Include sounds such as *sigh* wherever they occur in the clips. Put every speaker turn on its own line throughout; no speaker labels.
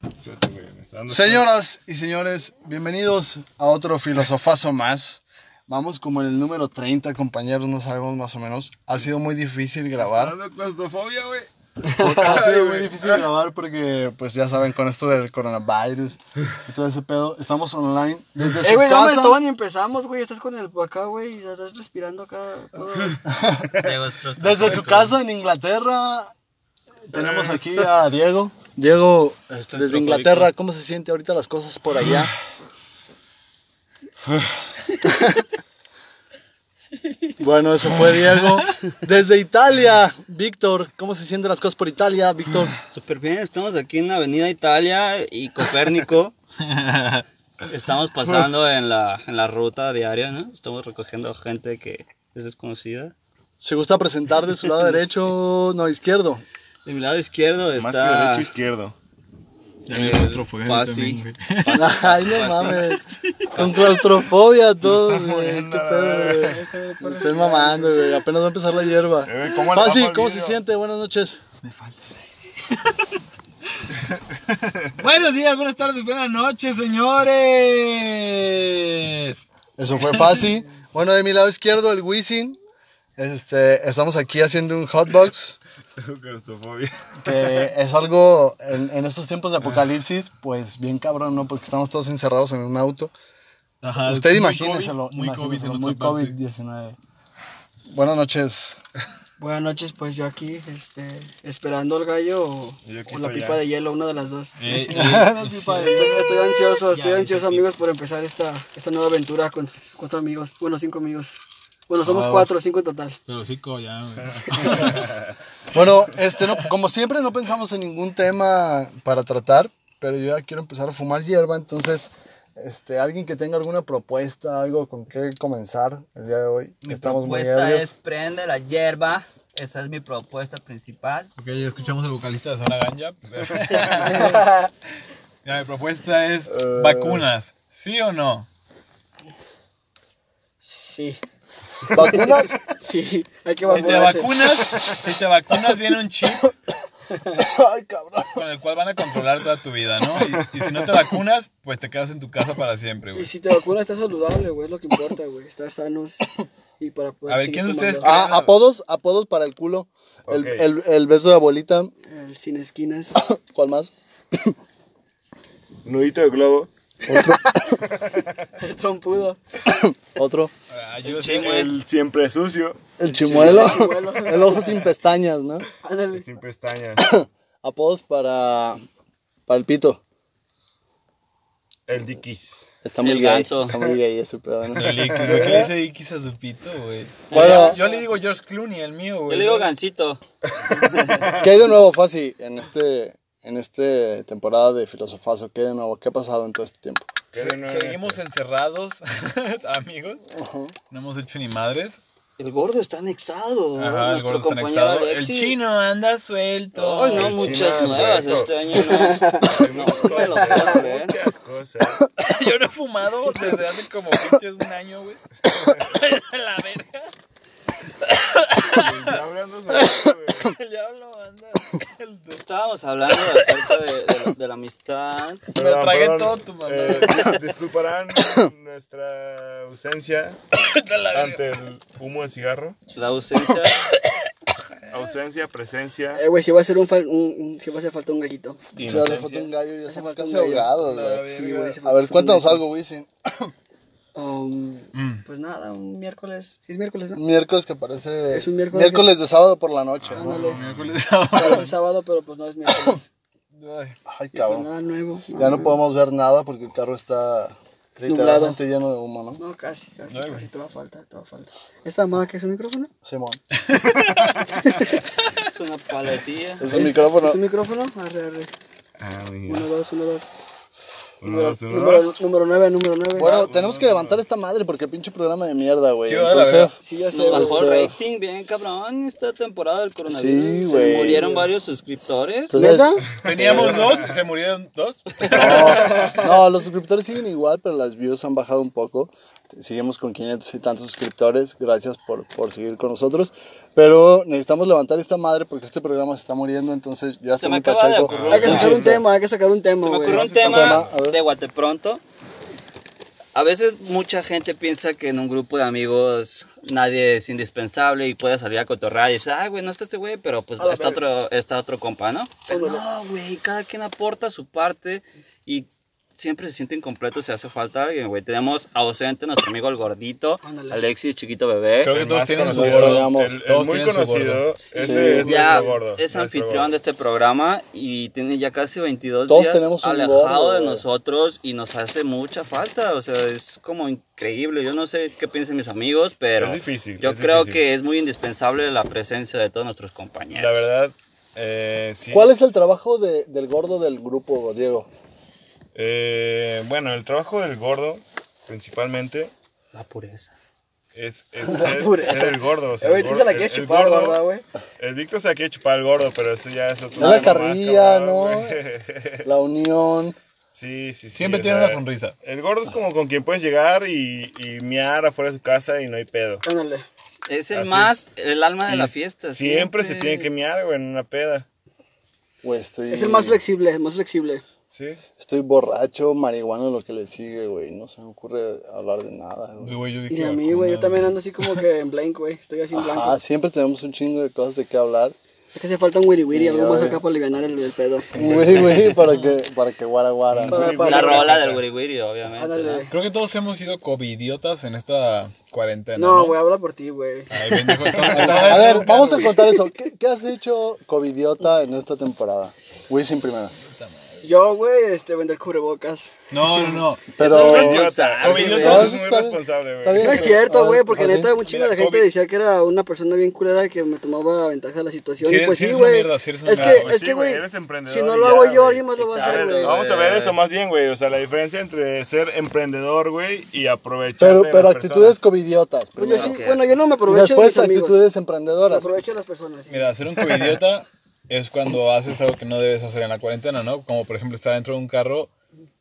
Espérate, güey, me está dando-
Señoras y señores, bienvenidos a otro filosofazo más. Vamos como en el número 30, compañeros, no sabemos más o menos. Ha sido muy difícil
Me
grabar.
está dando claustrofobia, güey.
*laughs* Ha sido muy
Ay,
difícil
güey.
grabar porque, pues ya saben, con esto del coronavirus y todo ese pedo, estamos online desde
Eh,
su
güey, no me
casa.
toman ni empezamos, güey. Estás con el acá, güey. y Estás respirando acá. todo.
Diego es claustrofóbico.
Desde su casa en Inglaterra. Tenemos aquí a Diego. Diego, este, desde Inglaterra, ¿cómo se siente ahorita las cosas por allá? bueno, eso fue Diego. Desde Italia, Víctor, ¿cómo se sienten las cosas por Italia, Víctor?
Súper bien, estamos aquí en Avenida Italia y
*laughs*
Copérnico. Estamos pasando en la, en la ruta diaria, ¿no? Estamos recogiendo gente que es desconocida.
Se gusta presentar de su lado derecho, no izquierdo.
De mi lado izquierdo
Más
está...
que derecho, izquierdo.
Ya me rostro fue
Fasi.
también, güey.
Ay, no
*laughs*
mames. Con claustrofobia todo, güey. Qué pedo, güey. Me estoy mamando, güey. Apenas va a empezar la hierba.
Eh, güey, ¿cómo le
Fácil,
bajo el
¿cómo se
vidrio?
siente? Buenas noches.
Buenos días, buenas tardes, buenas noches, señores.
Eso
*laughs*
fue fácil. Bueno, de mi lado izquierdo, el Wisin. Este, estamos aquí haciendo un hotbox,
Tengo *laughs* claustrofobia.
que es algo en, en estos tiempos de apocalipsis, pues bien cabrón, ¿no? Porque estamos todos encerrados en un auto.
Ajá,
Usted
Ah, muy
imagínenselo,
COVID, Muy COVID en
imagínenselo,
otra
muy
parte.
COVID-19. Buenas noches.
Buenas noches, pues yo aquí, este, esperando al gallo o,
Yo aquí
o la
estoy
pipa
ya.
de hielo, una de las dos.
Eh,
Una pipa de-
Estoy, estoy ansioso, estoy
Ya,
ansioso,
dice
amigos, por empezar esta, esta nueva aventura con cuatro amigos. Bueno, cinco amigos. Bueno, somos
Ah,
cuatro, cinco en total.
Pero chico, ya, güey.
Bueno, este, no, como siempre no pensamos en ningún tema para tratar, pero yo ya quiero empezar a fumar hierba, entonces, este, alguien que tenga alguna propuesta, algo con qué comenzar el día de hoy,
Mi
estamos muy
propuesta
ebrios.
es prende la hierba. Esa es mi propuesta principal.
Ok, ya escuchamos al vocalista de Zona Ganja. pero-
*laughs*
Ya, mi propuesta es
Eh.
Ah.
vacunas. ¿Sí o no?
Sí,
¿Vacunas?
*laughs*
sí, hay que
Si te
vacunarse.
vacunas, si te vacunas viene un chip
Ay, cabrón.
con el cual van a controlar toda tu vida, ¿no? Y, y si no te vacunas, pues te quedas en tu casa para siempre,
Y
güey.
si te vacunas, estás saludable, güey, es lo que importa, güey, estar sanos y para poder
A ver,
seguir
¿quién de ustedes
fumando.
Ah, apodos, apodos para el culo. El,
Ok.
el- el beso de abuelita, *coughs*
El sin esquinas.
¿cuál más?
Nudito de globo.
Otro,
El trompudo.
otro.
Ah, yo sí, güey.
El siempre sucio.
El chimuelo.
chimuelo.
*laughs* El ojo sin pestañas, ¿no?
Ándale.
Sin *coughs* pestañas.
Apodos para, para el pito.
El diquis.
Está muy
El
gay,
ganso.
está muy gay ese pedo, ¿no?
El X, güey,
*laughs*
¿Qué le dice X a su pito, güey?
Bueno.
yo le digo George Clooney, el mío, güey.
Yo le digo gancito.
¿Qué hay de nuevo, Fasi, en este en este temporada de Filosofazo? ¿Qué hay de nuevo? ¿Qué ha pasado en todo este tiempo?
¿Qué de nuevo en
Seguimos encerrados, *laughs* amigos. No hemos hecho ni madres.
El gordo está anexado.
Ajá, el
nuestro
gordo está
compañero
anexado. El
Alexis.
chino anda suelto.
Ay, no,
el
muchas
chino,
nuevas
güey.
este año. No.
Seguimos
No me lo
cosas,
puedo creer.
Muchas cosas.
*laughs* Yo no he fumado desde hace como pinches un año, güey. *laughs* A la verga.
El diablo anda suelto, güey.
El diablo anda. suelto.
Estábamos hablando acerca de, de la- de la amistad.
*laughs* Me lo tragué todo tu mamá.
Eh, dis-
*coughs*
disculparán nuestra ausencia ante el humo de cigarro.
La ausencia.
Eh.
Ausencia, presencia.
Eh, güey, si va a hacer un, fal- un, un- si va a hacer falta un gallito.
Se Se hace falta un gallo y estamos
falta un
casi
gallo.
ahogados,
La
güey.
verga. Sí, güey, se
A
falta
ver,
un
cuéntanos
gallo.
algo, Wisin.
Um,
Mm.
Pues nada, un miércoles. Sí, es miércoles, ¿no?
Miércoles que parece...
Es un miércoles Ah,
de sábado por la noche.
Ándale.
Miércoles.
Parece sábado, pero pues no es miércoles.
Ay,
Y pues
cabrón.
nada nuevo. nada
Ya no
nuevo.
podemos ver nada porque el carro está literalmente lleno de humo, ¿no?
No, casi, casi,
Ay, güey.
casi. Te va a falta, te va a falta. ¿Esta mamada que es un micrófono?
Simón.
Es una paletilla.
Es un micrófono.
¿Es un micrófono? Arre, arre.
Ah, mira.
Uno, dos, uno, dos.
Uno, dos, uno,
número,
dos.
número nueve, número nueve.
Bueno, tenemos que levantar esta madre porque pinche programa de mierda, güey.
Sí, va a la
Entonces,
verga.
sí, ya sé.
Nos bajó
güey.
el
Pero-
rating bien cabrón esta temporada del coronavirus.
Sí, güey.
Se murieron varios suscriptores.
entonces-
¿Neta?
Teníamos dos, se murieron dos.
No, no, los suscriptores siguen igual, pero las views han bajado un poco. Seguimos con 500 y tantos suscriptores. Gracias por, por seguir con nosotros. Pero necesitamos levantar esta madre porque este programa se está muriendo, entonces ya
Se
estoy
me
muy
acaba de
pacheco.
ocurrir
Hay que sacar un
Chiste.
tema, hay que sacar un tema,
Se me
güey.
ocurrió un
tema,
tema
a ver.
de Guatepronto. A veces mucha gente piensa que en un grupo de amigos nadie es indispensable y puede salir a cotorrar y dice, ay, güey, no está este güey, pero pues
A la
está otro, está otro compa, ¿no? Pero
Ándale.
no, güey, cada quien aporta su parte y siempre se siente incompleto si hace falta alguien, güey. Tenemos ausente nuestro amigo el gordito,
Ándale.
Alexis, chiquito bebé.
Creo que
El
todos
más
tienen su
conocido,
gordo.
Extrañamos.
El, el
Todos
muy
tienen su
conocido.
gordo.
Ese
Sí.
es
ya
nuestro gordo.
es
nuestro
anfitrión
gordo.
de este programa y tiene ya casi 22
Todos
días
tenemos un
alejado
gordo,
de
güey.
nosotros y nos hace mucha falta, o sea, es como increíble. Yo no sé qué piensan mis amigos, pero
Es difícil,
yo
es
creo
difícil.
que es muy indispensable la presencia de todos nuestros compañeros.
La verdad, eh, sí.
¿Cuál es el trabajo de- del gordo del grupo, Diego?
Eh, bueno, el trabajo del gordo, principalmente,
La pureza.
es, es ser,
pureza.
ser el gordo. O sea,
Eh, Güey,
el
tú
gordo-
se la
el-
quieres
el
chupar,
gordo-
¿verdad, güey?
El Víctor se la quiere chupar al gordo, pero eso ya es otro
No la
tema más,
carrilla,
cabrón,
¿no?
güey. *laughs*
La unión.
Sí, sí, sí.
Siempre
o
tiene
sea,
una sonrisa.
El gordo es como con quien puedes llegar y, y miar afuera de su casa y no hay pedo.
Ándale.
Es el
Así
más, el alma de
Y
la fiesta.
Siempre, se tiene que miar, güey, en una peda.
Güey, estoy,
Es el más flexible, el más flexible.
Sí.
estoy borracho, marihuano, lo que le sigue, güey. No se me ocurre hablar de nada, güey.
Sí, güey, yo dije "Ah,
Y a mí,
vacuna,
güey, yo también ando así como que en blank, güey. Estoy así en blanco.
Ajá, siempre tenemos un chingo de cosas de qué
*laughs*
hablar.
Es que hace falta un wiri wiri,
Sí,
algo más
oye.
acá para aliviar el, el pedo.
Güey, güey, para que, para que guara guara.
Para-
Muy
para-
La
buena
rola
casa.
del wiri wiri, obviamente.
Ándale.
¿no?
Creo que todos hemos sido covidiotas en esta cuarentena.
No, güey, habla por ti, güey.
Ay,
*laughs*
pendejo, entonces,
A ver, vamos a contar eso. ¿Qué, qué has hecho, covidiota, en esta temporada? Wisin primero.
Yo, güey, este, vender cubrebocas.
No, no, no.
Pero.
Eso es
Ah,
Como
No,
responsable, güey.
idiota,
eso
es muy
está bien.
responsable,
Está
güey.
bien.
No es cierto,
Ah,
güey, porque
¿ah, sí?
neta un chingo
Mira,
de gente
COVID.
decía que era una persona bien culera que me tomaba ventaja de la situación.
Sí
y
eres-
pues
sí
sí,
eres una
güey.
mierda, sí eres una
es que,
mierda,
güey.
es
Sí,
que,
güey,
güey,
eres emprendedor
si no
y
lo
ya,
hago yo,
güey.
alguien más lo va a
A
hacer,
ver,
güey.
vamos a ver eso más bien, güey. O sea, la diferencia entre ser emprendedor, güey, y aprovechar.
Pero, pero actitudes covidiotas.
Pues yo
primero.
sí,
Ok.
bueno, yo no
Y
me aprovecho
después
de mis amigos.
actitudes
Me
emprendedoras.
aprovecho de las personas. sí.
Mira, ser
*laughs*
un covidiota es cuando haces algo que no debes hacer en la cuarentena, ¿no? Como por ejemplo estar dentro de un carro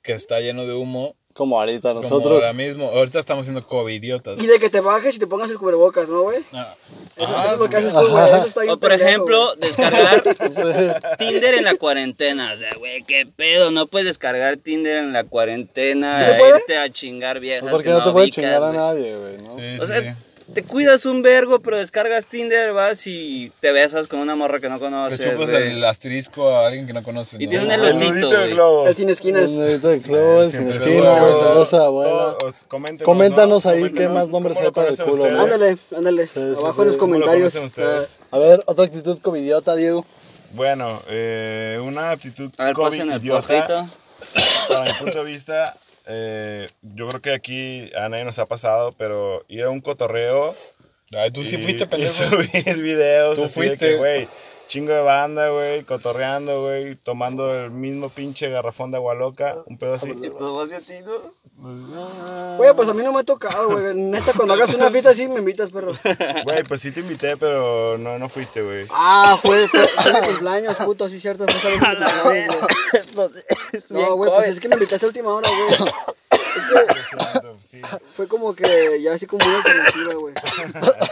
que está lleno de humo.
Como ahorita
como
nosotros.
ahora mismo. Ahorita estamos siendo covidiotas.
Y de que te bajes y te pongas el cubrebocas, ¿no, güey?
Ah,
Eso, eso es lo que haces tú, güey. Eso está bien
O por
pendejo,
ejemplo,
güey. *laughs*
descargar
*laughs* Sí.
Tinder en la cuarentena, o sea, güey, qué pedo, no puedes descargar Tinder en la cuarentena,
¿No se
e
puede? Pues
irte a chingar viejas.
Porque
que
no te puedes
ubicas,
chingar a
güey.
nadie, güey. ¿no?
sí,
O
sí,
sea,
sí.
te cuidas un vergo, pero descargas Tinder, vas y te besas con una morra que no
Te
conoces.
chupas
güey.
el asterisco a alguien que no conoces.
Y
¿no?
tiene un
El
elotito,
nudito del
güey.
globo.
El sin esquinas.
Un dedito
Eh,
de club, sin
siempre
esquinas,
soy yo.
saludos a la abuela.
Todos, coméntenos,
Coméntanos ahí
Coméntenos
qué más nombres
cómo lo
hay para el
conocen
culo,
ustedes,
¿no?
Ándale, ándale.
Sí, sí,
Abajo
sí.
en los
cómo lo
comentarios.
conocen ustedes.
A ver, otra actitud covidiota, Diego.
Bueno, eh, una aptitud
A ver,
COVID
pasen el
idiota,
porrito.
para mi punto de vista, eh, yo creo que aquí a nadie nos ha pasado, pero ir a un cotorreo
Ay, tú sí
y-
fuiste,
y *laughs*
pendejo.
subir videos
Tú
así de
fuiste.
que, güey, chingo de banda, güey, cotorreando, güey, tomando el mismo pinche garrafón de agua loca, un pedo así.
Ah. Güey, pues a mí no me ha tocado, güey. Neta, cuando hagas una fiesta así me invitas, perro.
Güey, pues sí te invité, pero no, no fuiste, güey.
Ah, fue, fue, fue mi cumpleaños, puto, sí, cierto. Fue salir de cumpleaños, güey. No, güey, pues es que me invitaste a última hora, güey. Es que
pues, Sí.
fue como que ya así como una alternativa, güey.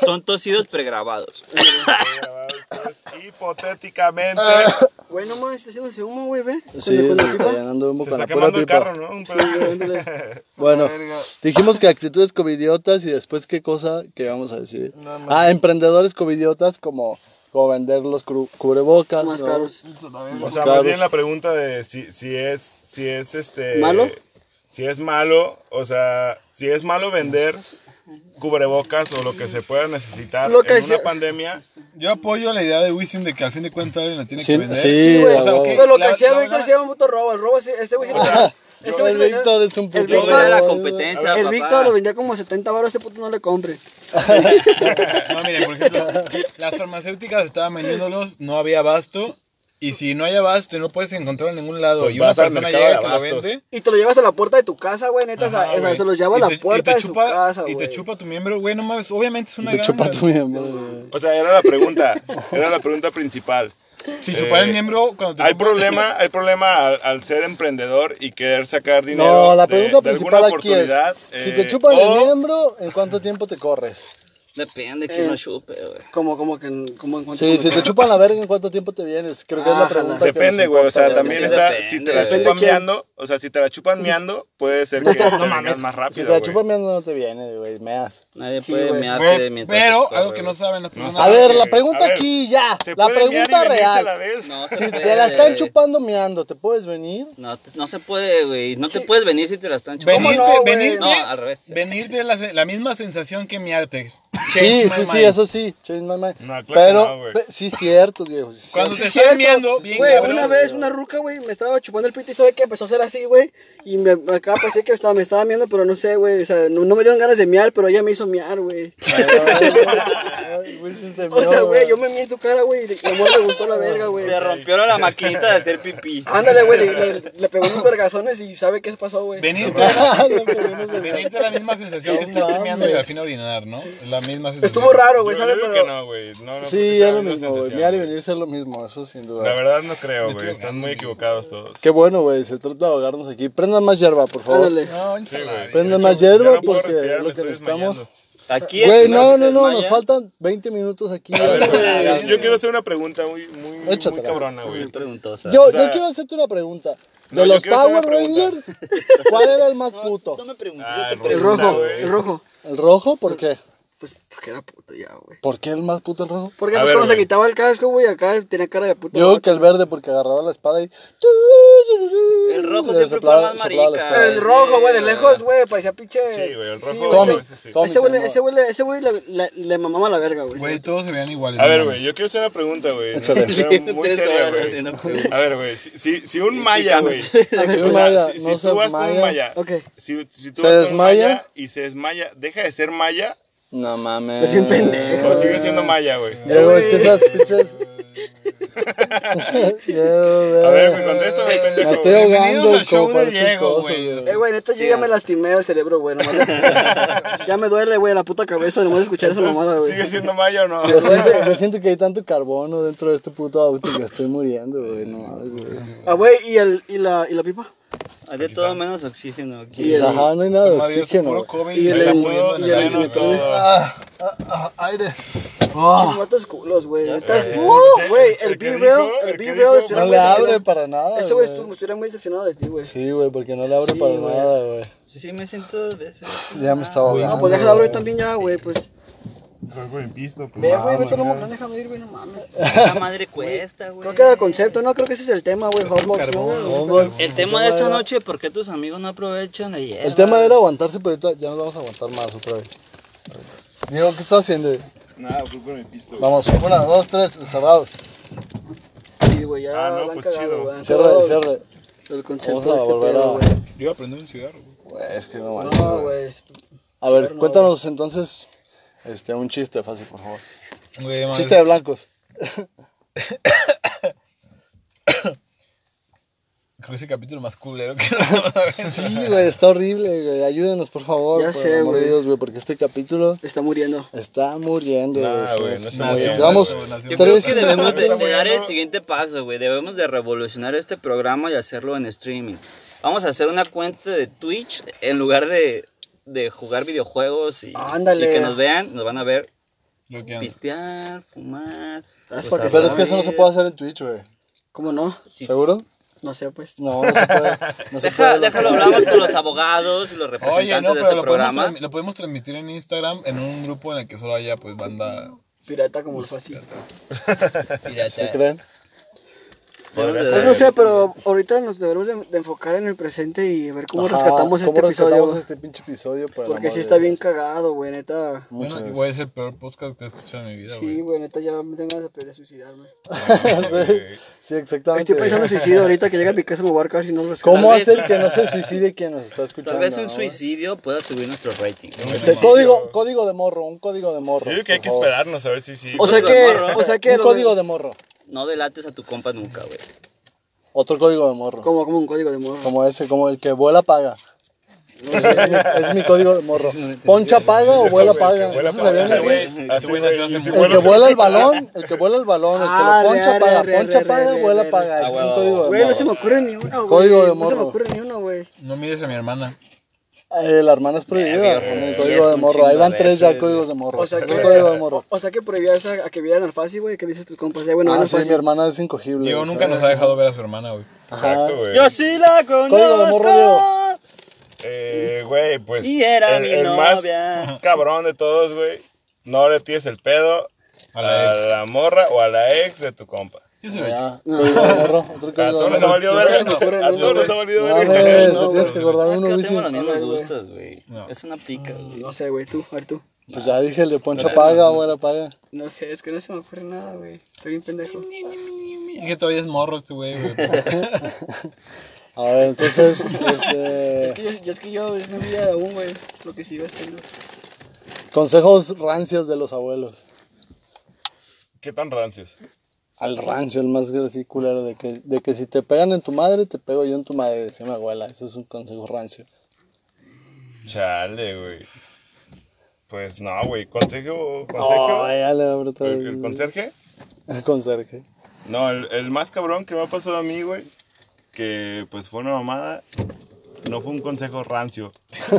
Son tosidos pregrabados.
Grabados, hipotéticamente
Ah, Güey, no mames, está haciendo ese humo, güey, ve. Con
Sí,
el-
se
con la
está
pipa.
llenando de humo
se
con
está
la pura
quemando el carro,
pipa.
¿no? Un pedo
Sí, güey,
así.
ándale.
Bueno, dijimos que actitudes covidiotas y después qué cosa que vamos a decir.
No,
Ah, emprendedores covidiotas como, como vender los cru- cubrebocas.
Más
Ah, ¿no?
caros.
O sea,
Carlos.
más bien la pregunta de si, si es, si es este...
¿Malo?
Si es malo, o sea, si es malo vender cubrebocas o lo que se pueda necesitar
Lo que
en una
sea.
pandemia.
Yo apoyo la idea de Wisin de que al fin de cuentas alguien la tiene
Sí,
que vender.
sí,
Sí, güey,
a
o sea,
huevo.
ok.
Pero lo que
La-
hacía
la
Víctor
verdad-
se llama un puto robo. El robo, ese, ese güey. ese güey
el
se vendía-
Víctor es un puto.
el
Yo
Víctor-
era la
huevón.
competencia,
El
papá.
Víctor lo vendía como 70 baros, ese puto no le compre.
No, miren, por ejemplo, las farmacéuticas estaban vendiéndolos, no había abasto. Y si no hay abasto y no puedes encontrar en ningún lado,
Pues
y una
vas al
persona
mercado
llega y
de
te lo
abastos.
vende.
Y te lo llevas a la puerta de tu casa, güey, neta. o sea,
ajá,
o sea,
güey.
se los lleva a
Y
la
te- y te
puerta de
chupa-
su casa,
Y
güey.
te chupa tu miembro, güey, no mames, obviamente es una
Te
ganga.
chupa tu miembro. güey.
O sea, era la pregunta, era la pregunta principal.
Si
Eh,
chupar el miembro cuando te
Hay
chupa-
problema, hay problema al, al ser emprendedor y querer sacar dinero.
No, la
de-
pregunta
de alguna
principal aquí es:
oportunidad,
si
eh,
te chupan
o-
el miembro, ¿en cuánto tiempo te corres?
Depende que
Eh.
no chupe, güey.
Como, como que, como en cuanto
Sí, si te chupan la verga, ¿en cuánto tiempo te vienes? Creo que es la
Ajá.
pregunta. que
Depende,
nos
güey. O sea,
importa,
también
Sí,
está.
depende,
si te la
güey.
chupan
Depende
meando, o sea, si te la chupan meando, puede ser que te vengas más
Si
rápido.
te la
güey.
chupan meando, no te vienes, güey, meas.
Nadie
Sí,
puede
güey.
mearte
Güey,
mientras.
pero
te
algo
corre,
que no
güey.
saben las personas.
A ver, la
güey,
pregunta
a ver,
aquí, ya.
Se
La
puede mear y
pregunta
venirse a
real.
la vez.
No
*laughs*
se
Si
puede,
te la están
güey.
chupando meando, ¿te puedes venir?
No, te- no se puede, güey. No
Sí.
te puedes venir si te la están
Venirte,
chupando.
no, güey?
venirte,
No, al revés.
venirte la, se- la misma sensación que miarte.
Sí,
Change my
sí, sí,
mind.
eso sí. Change my mind.
No, claro que
Pero,
no, güey.
pe- sí, cierto, Diego. sí,
Cuando
cierto.
te
Sí, cierto.
estás miando, bien
Güey,
cabrón.
una vez una ruca, güey, me estaba chupando el pito y sabe que empezó a hacer así, güey. Y me acá pensé que estaba, me estaba miando, pero no sé, güey. O sea, no, no me dieron ganas de miar, pero ella me hizo miar, güey.
*laughs*
Ay, güey, sí se
*laughs* O
meó,
sea, güey, yo me mié en su cara, güey. Y de- la mujer le gustó la verga, güey.
Te rompió la maquinita de hacer pipí.
Ándale, güey, le, le- le pegó unos vergazones y sabe qué pasó,
*laughs*
güey.
Venirte,
*laughs*
Se pegó unos vergazos.
venirte la misma sensación que
No
estar miando y al
mames.
fin orinar, ¿no? La misma sensación.
Estuvo raro, güey,
Yo-
¿sabes?
yo digo
Pero...
que no, güey. No, no, porque
Sí,
sea
es lo
una
mismo, güey.
sensación,
Mirar y
güey.
venirse es lo mismo, eso sin
La
duda.
verdad no creo, güey. Están muy equivocados todos.
Qué bueno, güey. Se trata de ahogarnos aquí. Prendan más yerba, por favor.
Ándale.
No,
Sí, güey.
Prendan Pues más
Ya
yerba
no puedo
porque
respirar,
es
me
lo que
estoy
necesitamos.
desmayando.
Aquí. el
Güey,
primero
no,
que
no,
se
no. Nos
desmaya-
faltan 20 minutos aquí.
A ver,
güey.
güey, Este, Yo quiero hacer una pregunta muy, muy, muy
Échatela.
cabrona, güey.
Muy preguntosa.
Yo,
O sea,
yo quiero hacerte una pregunta. De
no, yo
los
quiero hacer una
Power Rangers, ¿cuál era el más puto?
No me preguntes,
Ah,
yo te
el
El
pregunto.
Resulta,
rojo,
güey.
el rojo.
¿El rojo? ¿Por qué?
Pues porque era puto ya, güey.
¿Por qué el más puto el rojo?
Porque
A
pues
ver,
cuando se
güey.
quitaba el casco, güey, acá tenía cara de puto.
Yo digo
vato.
que el verde porque agarraba la espada y...
El rojo
Le
siempre fue
soplaba-
más
soplaba la
marica.
espada.
El rojo, güey, de lejos, güey, parecía pinche.
Eh, Sí, güey, el rojo.
Tommy,
güey, sí, sí.
Tommy
Ese
se
güey, le-
llamaba.
ese güey, le- ese güey le, le- le mamaba la verga, güey.
Güey, todos se veían iguales.
A ver,
no
güey, yo quiero hacer una pregunta, güey. ¿no?
Échale.
Pero Muy
Tres
seria,
horas
güey.
haciendo preguntas.
A ver, güey, si, si, si un maya, güey.
Si
o sea,
*laughs* un maya
si-
no
si
se
tú vas con un
maya-
maya,
Ok.
si, si tú vas
¿Se
con un
desmaya?
maya y se desmaya, ¿deja de ser maya
No mames.
Es un
Eh,
pendejo.
o sigue siendo maya, güey?
Diego, es que esas pinches... Diego,
A ver,
güey.
güey, contéstame,
Me
pendejo.
estoy
güey.
ahogando
al show
como
de
para tus
Diego,
cosas,
güey.
güey.
Eh, güey, neta, yo ya me lastimé el cerebro, güey. nomás-
*laughs*
ya me duele, güey, la puta cabeza, nomás de escuchar esa mamada,
¿Sigue
güey.
siendo maya o no?
Yo siento, yo siento que hay tanto carbono dentro de este puto auto que estoy muriendo, güey. No mames, güey.
Ah, güey, ¿y, el, y, la, ¿y la pipa?
Hay de todo menos oxígeno aquí.
Y el-
Ajá, no hay nada de
mames. Madre,
oxígeno.
puro
güey.
COVID,
y el-
me
Ahí
está
la
el-
poniendo en
puedo,
y el-
ahí
la
no
mano,
el-
todo.
Ah, ah, ah, aire.
Chismatos
Ah,
culos, güey. Neta, es-
sé.
¡Uh! güey,
El
el
que
B-Real,
dijo-
el
el que
B-Real
dijo-
estuviera
no
muy
le eh. abre
decepcionado.
para nada.
Ese güey
güey.
estu- estuviera muy decepcionado de ti, güey.
Sí, güey, porque no le abre
Sí,
para
güey.
nada, güey.
Sí, me siento dos veces.
*laughs* Ya me estaba ahogando.
No, pues déjalo
Ah, güey.
abrir también ya, güey, pues.
Juego de pisto, pues.
Ve, güey,
Mames,
vete lo que
güey.
están dejando ir, güey, no mames.
La madre cuesta, güey.
Creo que era el concepto, ¿no? Creo que ese es el tema, güey, Hotbox, ¿no? güey?
Hotbox.
El tema de esta
era-
noche, ¿por qué tus amigos no aprovechan la hierba?
El tema era aguantarse, pero ahorita ya nos vamos a aguantar más otra vez. Diego, ¿qué estás haciendo?
Nada, fue con el pisto. güey.
Vamos, una, dos, tres, encerrado.
Sí, güey, ya
Ah, no,
la han
pues
cagado,
chido.
güey. han
Cierre,
cagado
cierre.
El concepto
Vamos a
de este
volver a-
pedo, güey.
Yo aprendí un cigarro. güey.
Güey, es que no manches.
No,
güey.
güey. es-
A ver,
cigarro no,
cuéntanos entonces este, un chiste fácil, por favor.
Güey, madre.
Chiste de blancos.
Creo que es el capítulo más culero que *laughs* nos a ver.
Sí, güey, está horrible, güey. Ayúdenos, por favor.
Ya
por
sé,
el amor de
güey.
Dios, güey, porque este capítulo
Está muriendo.
está muriendo.
Nah,
güey,
güey,
sí,
no está
sí,
muriendo,
güey. Llevamos
güey, nació
Yo creo
tres.
que *laughs*
*laughs*
debemos de,
Estamos
de dar
llegando.
el siguiente paso, güey. Debemos de revolucionar este programa y hacerlo en streaming. Vamos a hacer una cuenta de Twitch en lugar de, de jugar videojuegos y,
Ándale.
y que nos vean, nos van a ver
Lo que ando.
pistear, fumar.
Ah,
los
porque-
Pues, Pero es que eso no se
asadones.
puede hacer en Twitch, güey.
¿Cómo no?
Sí.
¿Seguro?
No sé, pues.
No, no se puede. No se
Deja-
puede,
déjalo,
güey.
hablamos con los abogados y los representantes
Oye, no,
de
pero
este
lo podemos,
programa.
transmi- lo podemos transmitir en Instagram en un grupo en el que solo haya pues banda
*laughs* Pirata como el fácil.
¿Se creen?
Debemos de
Pues
dar-
no sé, pero ahorita nos debemos de, de enfocar en el presente y ver cómo
Ajá,
rescatamos
¿cómo
este episodio.
rescatamos
güey.
este pinche episodio? Por el
Porque
amor
sí
de
está
Dios?
bien cagado, güey, neta.
Muchas
Bueno,
gracias.
güey, es el peor podcast que he escuchado en mi vida, güey.
Sí, güey, neta, ya me tengo ganas de- de suicidarme.
*laughs* sí, sí, exactamente.
Estoy pensando en suicidio ahorita que llega a mi casa me voy a ahorcar si no lo rescato.
¿Cómo
Tal vez-
hacer que no se suicide quien nos está escuchando?
Tal vez
no,
un
güey?
suicidio pueda subir nuestro rating.
Este código, código de morro, un código de morro.
Yo digo que hay
por
que
favor.
esperarnos a ver si sí.
O sea
Código de
que,
morro.
o sea que,
Un
los-
código de morro.
No delates a tu compa nunca, güey.
Otro código de morro.
como, como un código de morro.
Como ese, como el que vuela paga. Ese es, mi, es mi código de morro. Poncha paga o vuela paga.
Vuela
¿Eso
paga,
sabían
güey.
decir?
Así,
Ese Ah, güey
güey,
nació hace
y si
mucho.
El que
vuela-
vuela el balón, el que vuela el balón, el que
Ah,
lo poncha
re,
paga.
re,
Poncha
re,
paga,
re,
vuela
re,
paga. Es
re.
un código de
Güey, no se
morro.
me ocurre ni uno, güey.
Código de
No se me
morro.
ocurre ni uno, güey.
No mires a mi hermana.
Eh, la hermana es prohibida. con el
ya
código
es
de
un
morro. Ahí
chingo
van
de
tres ya
veces,
códigos de morro.
O sea que, Ah,
Un código de morro.
o, o sea que prohibías a, a que vieran al Fasi, güey, que le dices a tus compas, eh, bueno, ven
Ah,
al
sí,
Fasi.
mi hermana es incogible.
Diego
o sea.
nunca nos ha dejado ver a su hermana, güey.
Ajá.
Exacto, güey.
Yo sí la conozco.
Código de morro, Diego.
Eh, güey, pues.
Y era
el,
mi
el
novia.
más cabrón de todos, güey. No le tienes el pedo
A la ex.
morra o a la ex de tu compa.
Yo soy la
Ya, Código de morro. Otro
A
código
todos
de
nos ha
morro.
valido
no,
verga.
no, no,
A todos
no,
nos ha valido
No,
verga.
ves, te tienes que acordar
No, es que
uno,
yo
bici.
tengo los mismos
Ay, güey.
gustos, güey.
No.
Eso no aplica, güey.
No sé, güey, tú, a ver tú.
Pues ya dije el de Poncho Paga, güey, la paga.
No sé, es que no se me ocurre nada, güey. Estoy bien pendejo.
Es que todavía es morro este güey, güey.
*laughs* A ver, entonces, este,
Es que yo, yo- es que yo es mi vida aún, güey. Es lo que sigo haciendo.
consejos rancios de los abuelos.
*laughs* ¿Qué tan rancios?
Al rancio, el más así culero, de que, de que si te pegan en tu madre, te pego yo en tu madre, decía mi abuela. Eso es un consejo rancio.
Chale, güey. Pues no, güey. ¿Consejo?
Oh,
¿Consejo?
ya le abro otra vez.
¿El,
eh.
el conserje?
El conserje.
No, el, el más cabrón que me ha pasado a mí, güey. Que pues fue una mamada. No fue un consejo rancio,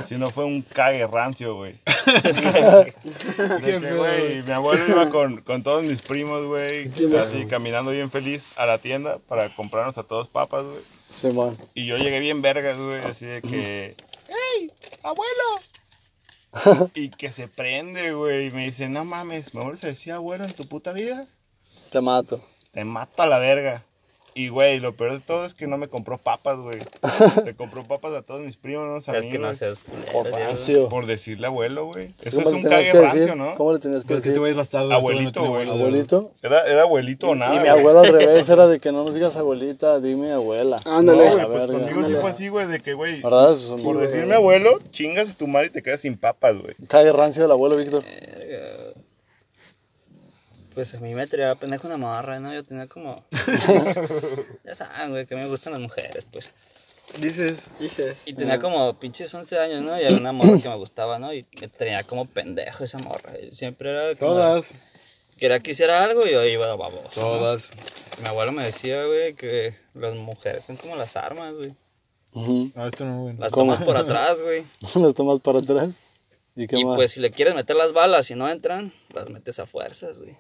sino fue un cague rancio, güey. De que, güey, mi abuelo iba con, con todos mis primos, güey, así caminando bien feliz a la tienda para comprarnos a todos papas, güey.
Simón.
Y yo llegué bien vergas, güey, así de que... ¡Ey, abuelo! y que se prende, güey, y me dice, no mames, mejor se decía abuelo en tu puta vida.
Te mato.
Te mato a la verga. Y, güey, lo peor de todo es que no me compró papas,
*laughs*
güey. Le compró papas a todos mis primos, no a
Es
mí,
que no
güey,
seas culero.
Por
Diego.
rancio.
Por decirle abuelo, güey. Eso es
¿Cómo le
un
tenías
cague
pues, que decir?
rancio, ¿no?
¿Cómo le tenías que
Pero es que
decir?
este güey es bastardo. este güey no
Abuelito,
tiene
güey.
abuelo.
¿Abuelito?
Era, era abuelito o nada.
Y mi
güey. *laughs*
abuelo al revés era de que no nos digas abuelita, dime abuela.
No,
Ándale.
güey,
A
pues
la verga.
conmigo sí fue así, güey, de que, güey,
¿Verdad? Eso es
por
un
decirme abuelo, chingas a tu madre y te quedas sin papas, güey.
cague rancio del abuelo Víctor.
Pues a mí me traía pendejo una morra, ¿no? Yo tenía como. ya saben, güey, que me gustan las mujeres, pues.
Dices.
Dices.
Y tenía como pinches 11 años, ¿no? Y había una morra que me gustaba, ¿no? Y me tenía como pendejo esa morra. Y siempre era. Como,
Todas.
Quería que hiciera algo y yo iba a babos. ¿no?
Todas.
Mi abuelo me decía, güey, que las mujeres son como las armas, güey.
*laughs* Ujú.
No, esto Ah, este no, güey.
Las
¿Cómo?
tomas por
*laughs*
atrás, güey.
Las tomas para atrás. ¿Y qué
Y
más?
pues si le quieres meter las balas y no entran, las metes a fuerzas,
*laughs*
güey.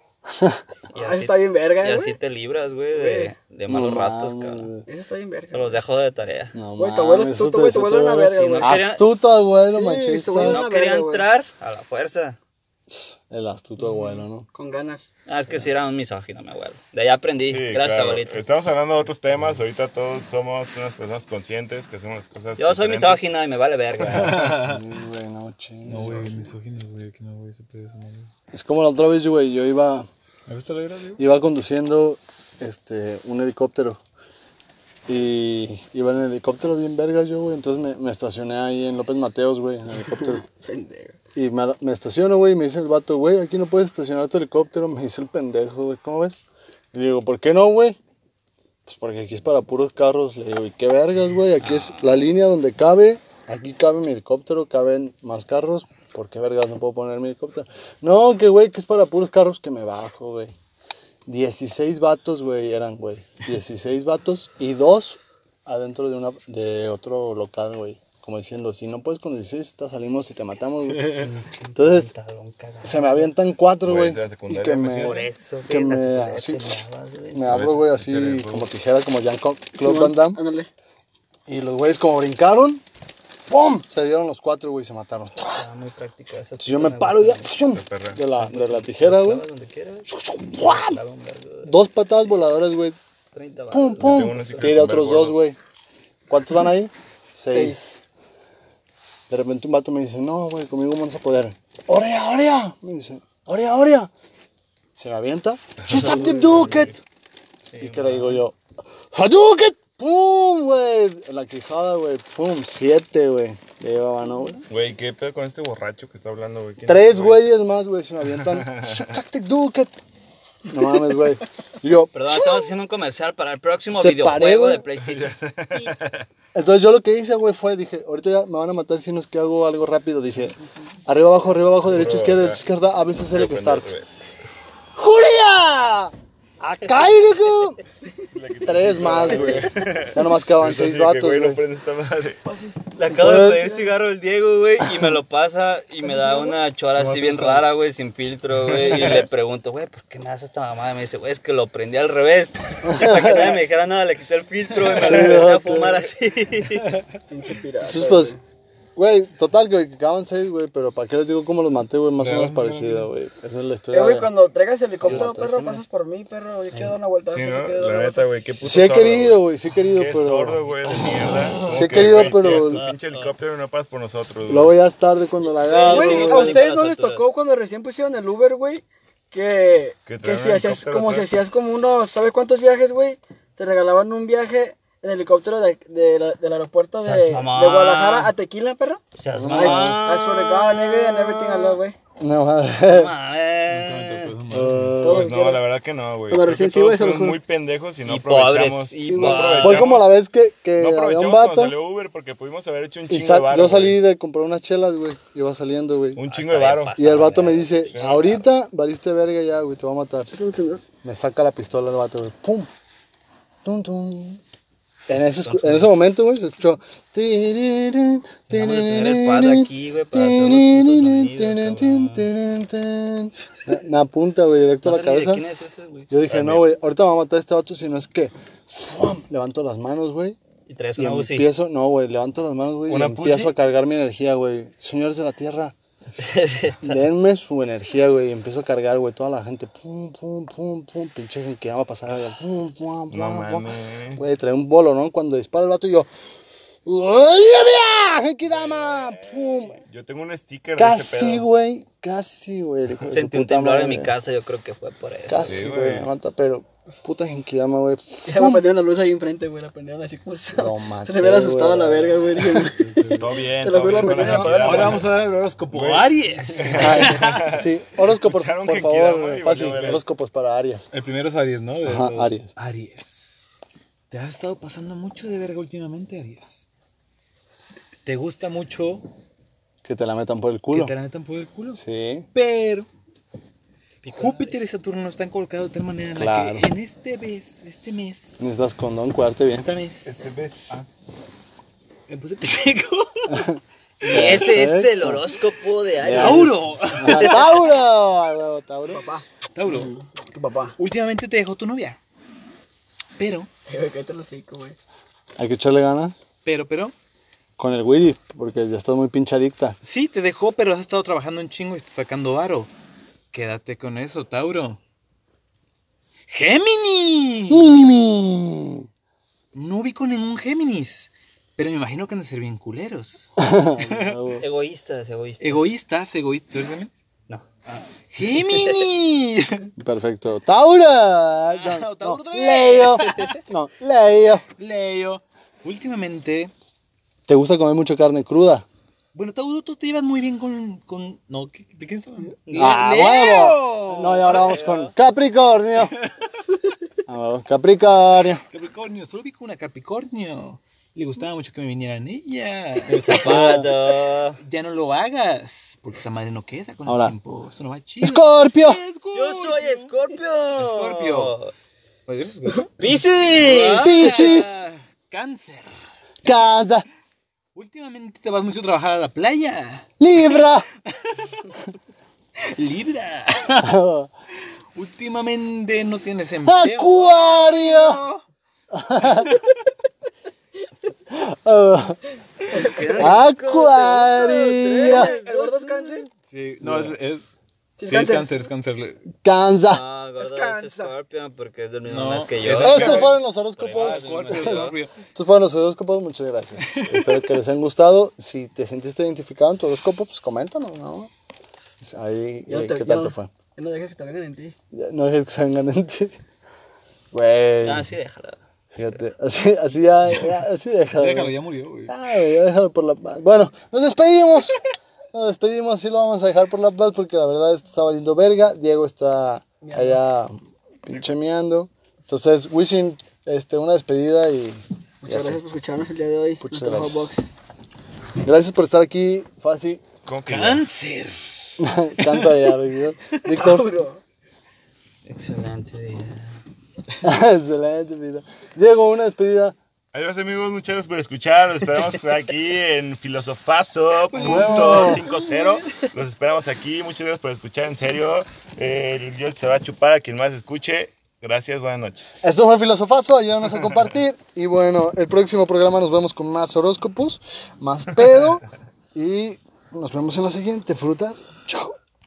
Y
Ah,
así,
está bien
y
verga, eh,
así
güey.
te libras, güey, de, de malos
No
ratos,
mames,
cabrón.
Eso está bien verga.
Se los dejo de tarea.
No
Güey, tu abuelo es
mames,
tuto,
eso te-
güey,
eso
tu abuelo
te
es una
ves
verga, güey.
quería-
Astuto abuelo,
Sí,
machista.
su
Si
abuelo-
no
una
quería
verga, güey.
entrar, a la fuerza.
El astuto abuelo,
*laughs*
¿no?
Con ganas.
Ah, es que sí era un misógino, mi abuelo. De allá aprendí.
Sí,
Gracias,
claro.
abuelito.
Estamos hablando de otros temas. Ahorita todos somos unas personas conscientes que hacemos las cosas.
Yo soy
diferentes.
misógino y me
*laughs*
vale verga.
Sí, güey, no, chingues.
No, güey, misógino, güey. Que no, güey, se puede eso, no, güey.
Es como la otra vez, güey, yo iba,
¿Me gusta la gracia?
iba conduciendo este, un helicóptero. Y iba en el helicóptero bien verga yo, güey. Entonces me, me estacioné ahí en López Mateos, güey, en el helicóptero.
Pendejo.
Y me, me estaciono, güey, y me dice el vato, güey, aquí no puedes estacionar tu helicóptero. Me dice el pendejo, güey, ¿cómo ves? Y le digo, ¿por qué no, güey? Pues porque aquí es para puros carros. Le digo, ¿y qué vergas, güey? Aquí es la línea donde cabe. Aquí cabe mi helicóptero, caben más carros. ¿Por qué vergas no puedo poner mi helicóptero? No, que güey, que es para puros carros que me bajo, güey. 16 vatos, güey, eran, güey. 16 vatos y dos adentro de, una, de otro local, güey. Como diciendo, si no puedes con 16, te salimos y te matamos, güey. Entonces, se me avientan cuatro,
Güey,
güey.
de la
Y
secundaria
que
me
me,
quedé.
Por eso,
que
güey, la
me-
secundaria
sí.
te lavas, güey.
me abro, güey, así
Échale el fuego.
como tijera, como Jean-Claude
Simón,
Van Damme.
Ándale.
Y los güeyes como brincaron, ¡pum! Se dieron los cuatro, güey, y se mataron. Entonces
Estaba muy práctico eso.
yo me paro y ya, ¡fium! de la, de la tijera, güey.
Lavas donde quieras.
¡Guam!
Daba un vergo de
Dos patadas voladoras, güey.
30 balas.
¡Pum,
tengo
pum!
uno así que
Tira
es un
otros
vergüenza.
dos, güey. ¿Cuántos van ahí? Seis. De repente un vato me dice, no, güey, conmigo no vas a poder. ¡Orea, orea! Me dice, ¡orea, orea! Se
*laughs*
me avienta. ¡She's up the duket! Y que le digo yo, ¡Hadouken! ¡Pum, güey! En la quijada, güey. ¡Pum! Siete, güey. Le llevaba, ¿no, güey?
Güey, ¿qué pedo con este borracho que está hablando, güey? ¿Quién es,
Tres güeyes más, güey, se
*laughs*
me avientan. ¡Shack the duket! No mames, güey. Y yo,
Perdón, estamos haciendo un comercial para el próximo
Se paré,
videojuego
güey.
de PlayStation.
Entonces yo lo que hice, güey, fue, dije, ahorita ya me van a matar si no es que hago algo rápido. Dije, arriba, abajo, arriba, abajo, derecha, izquierda, derecha, izquierda, a veces el que start.
Pendejo,
¡Julia! ¡Acá, hijo! Tres más, güey. Ya nomás quedaban
Ahorita sí
seis
que,
vatos,
güey, no
güey.
prendes esta madre.
Le acabo de
Entonces-
pedir cigarro el Diego, güey, y me lo pasa y me da una chora así bien rara, güey, sin filtro, güey. Y le pregunto, güey, ¿por qué me das esta mamada? Y me dice, güey, es que lo prendí al revés. Y para que nadie me dijera nada, le quité el filtro, güey, me lo empecé a
*laughs*
fumar así.
Pinche pirata.
Entonces, pues, güey, total, güey, que acaban seis, güey, pero ¿para qué les digo cómo los maté, güey? Más o menos parecido, güey. Esa es la
Eh,
historia.
güey,
de-
cuando traigas helicóptero,
Yo la
perro, pasas por mí, perro. Yo quiero dar una vuelta.
Sí,
yo
¿no?
quiero dar
La
una
neta, güey, qué puto
Sí he
sordo,
querido,
güey.
güey, sí he querido,
Qué
pero...
sordo, güey, de mierda.
Sí he
Como que,
querido,
güey,
pero-
este Ah. pinche helicóptero no pasa por nosotros, güey.
Luego ya es tarde cuando la agarro.
Güey,
Güey,
a
güey,
ustedes no
para
les
saturar.
tocó cuando recién pusieron el Uber, güey, que,
Que
que
traían
si hacías
helicóptero
como si
atrás.
hacías como unos, ¿sabes cuántos viajes, güey? Te regalaban un viaje en helicóptero de, de la- del aeropuerto de,
Seas
de
mamá.
Guadalajara a Tequila, perro.
Seas
Ay, I swear to God, nigga, and everything I love, güey.
No,
No
madre. *laughs*
mames.
Eh,
Todo lo
Pues
que
no,
quieran.
la verdad que no, güey.
Cuando
Creo que
recién sí,
todos
güey, se los
fuimos
juro.
muy pendejos y no
Y pobres,
aprovechamos.
y
no
pobres.
aprovechamos.
Fue como la vez que, que
No
había un
aprovechamos cuando
vato
salió Uber porque pudimos haber hecho un
y
chingo
sa-
de varo.
yo salí
güey.
de comprar unas chelas, güey. Iba saliendo, güey.
Un chingo de varo.
Hasta
Y el vato me
Pasada,
dice, ahorita valiste verga ya, güey, te voy a matar. Me saca la pistola el vato, güey. ¡Pum! ¡Tum, tum! En ese, escu- en ese momento, güey, se escuchó... tirirín,
Vamos a tener el
tirirín,
pad aquí, güey, para hacer los
tirirín,
putos
tirirín,
sonidos,
tirirín, tirirín. Me- Me apunta, güey, directo a
No
la
sé ni de
cabeza.
quién es ese, güey.
Yo dije, no, güey, ahorita me va a matar este vato si no es que... ¡Fum! Levanto las manos, güey,
Y traes
y
una UCI.
empiezo, no, güey, levanto las manos, güey, y
¿Una
empiezo
pussy?
a cargar mi energía, güey. Señores de
*laughs*
la tierra, denme su energía, güey. Y empiezo a cargar, güey, toda la gente. Pum, pum, pum, pum. Pinche gente que ya va a pasar, güey. Pum, pum, pum,
No
pum.
mames.
Güey, trae un bolo, ¿no? Cuando dispara el vato, yo. ¡Ay, mira! ¡Genkidama! ¡Pum!
Yo tengo un sticker de ese
Casi,
pedo.
güey. Casi, güey. el hijo de su
Sentí un
puta
temblor
madre.
en mi casa, yo creo que fue por eso.
Sí,
Casi, güey.
güey.
Aguanta, pero. Puta Genkidama,
*laughs*
güey.
Ya me prendieron la luz ahí enfrente, güey, la prendieron así como estaba.
Lo
*laughs* Se
maté,
le hubiera asustado a
güey.
la verga, güey.
*laughs*
dije,
Todo bien,
Te lo
todo
juro,
bien con la
me tenía
gente,
Ahora
güey.
vamos a dar el horóscopo. Aries.
Ay, sí, horóscopos, por,
Escucharon
por
Genkidama
favor.
y
güey,
valió
Fácil,
verga.
horóscopos para Arias.
El primero es Aries, ¿no? De
Ajá,
los-
Aries.
Aries. Te has estado pasando mucho de verga últimamente, Aries. Te gusta mucho
Que te la metan por el culo.
que te la metan por el culo.
Sí.
Pero Júpiter y Saturno están colocados de tal manera en
Claro.
la que en este mes, este mes,
Necesitas condón, cuidarte
*laughs*
bien.
esta mes,
Este ve- ah,
me puse *laughs* pichico.
Y ese es el
Perfecto.
horóscopo de Aries.
¡Tauro!
Ah, ¡Tauro! Ah, huevo, Tauro.
papá,
Tauro,
tu papá.
últimamente te dejó tu novia. Pero,
Eh, güey, cállate los cinco, güey.
Hay que echarle ganas
pero, pero,
con el Willy, porque ya estás muy pinchadicta.
sí, te dejó, pero has estado trabajando un chingo y estás sacando varo. Quédate con eso, Tauro. ¡Géminis!
¡Mimi!
No ubico ningún Géminis. Pero me imagino que han de ser bien culeros.
Egoístas, egoístas.
Egoístas, egoístas. ¿Tú eres Géminis?
No.
*laughs*
¡Géminis!
Perfecto. ¡Tauro! Ah,
Ah,
yo-
Tauro
no,
otra vez. *laughs*
Leo. No, Leo.
Leo. Últimamente.
¿Te gusta comer mucho carne cruda?
Bueno, Tauro, tú te llevas muy bien con. con no, ¿qué- ¿de quién se habla?
¡Ah, huevo! No, y ahora vamos con
*laughs*
Capricornio. Ah, huevo, Capricornio.
Capricornio, solo vi con una Capricornio. Le gustaba mucho que me vinieran ella.
Zapato.
*laughs* ya no lo hagas, porque esa madre no queda con
Ahora.
el tiempo. Eso no va chido.
¡Escorpio!
Yo soy Escorpio.
Escorpio. Oye, ¿eres Escorpio?
Piscis.
¡Pichi!
Ah, Cáncer.
¡Cansa!
Últimamente te vas mucho a trabajar a la playa.
¡Libra!
Libra. Últimamente no tienes em- empleo.
*laughs* ¡Acuario! Ah, ¡Acuario!
¿El gordo es cáncer?
Sí, no, es, es,
Sí, es
sí, es
cáncer.
cáncer, es cáncer.
¡Cansa!
No, gordo,
Descansa.
es Escorpio porque es del mismo
No,
mes que yo. Ah,
es
Estos fueron los horóscopos.
Escorpio, Escorpio.
Estos fueron los horóscopos, muchas gracias. Espero que les hayan gustado. Si te sentiste identificado en tu horóscopo, pues coméntanos, ¿no? Ahí,
Ya
eh,
te-
¿qué
ya-
tal te fue?
Ya no dejes que te vengan en ti.
Ya, No dejes que sean ganantes. Güey,
Ah, sí, déjala.
fíjate, *laughs* así, así ya, ya, así déjalo.
Déjalo, ya murió, güey.
Ay, ya déjalo por la paz. Bueno, nos despedimos. Nos despedimos, sí lo vamos a dejar por la paz porque la verdad esto está valiendo verga. Diego está allá pinche meando. Entonces, wishing este, una despedida y
Muchas gracias por escucharnos el día de hoy.
Muchas
nuestro
gracias.
Hotbox.
gracias por estar aquí, Fácil. *laughs*
¿Cómo que ya?
Cáncer.
Cansa
*laughs*
de arreglar.
Ah,
*laughs* Víctor,
Tauro.
Excelente día.
excelente vida. Diego, una despedida
Adiós amigos, muchas gracias por escuchar. Los esperamos por aquí en filosofazo.50. Los esperamos aquí. Muchas gracias por escuchar, en serio. Eh, El guión se va a chupar a quien más escuche. Gracias, buenas noches.
Esto fue Filosofazo, ayúdanos a compartir. Y bueno, el próximo programa nos vemos con más horóscopos, más pedo. Y nos vemos en la siguiente. Frutas, chao.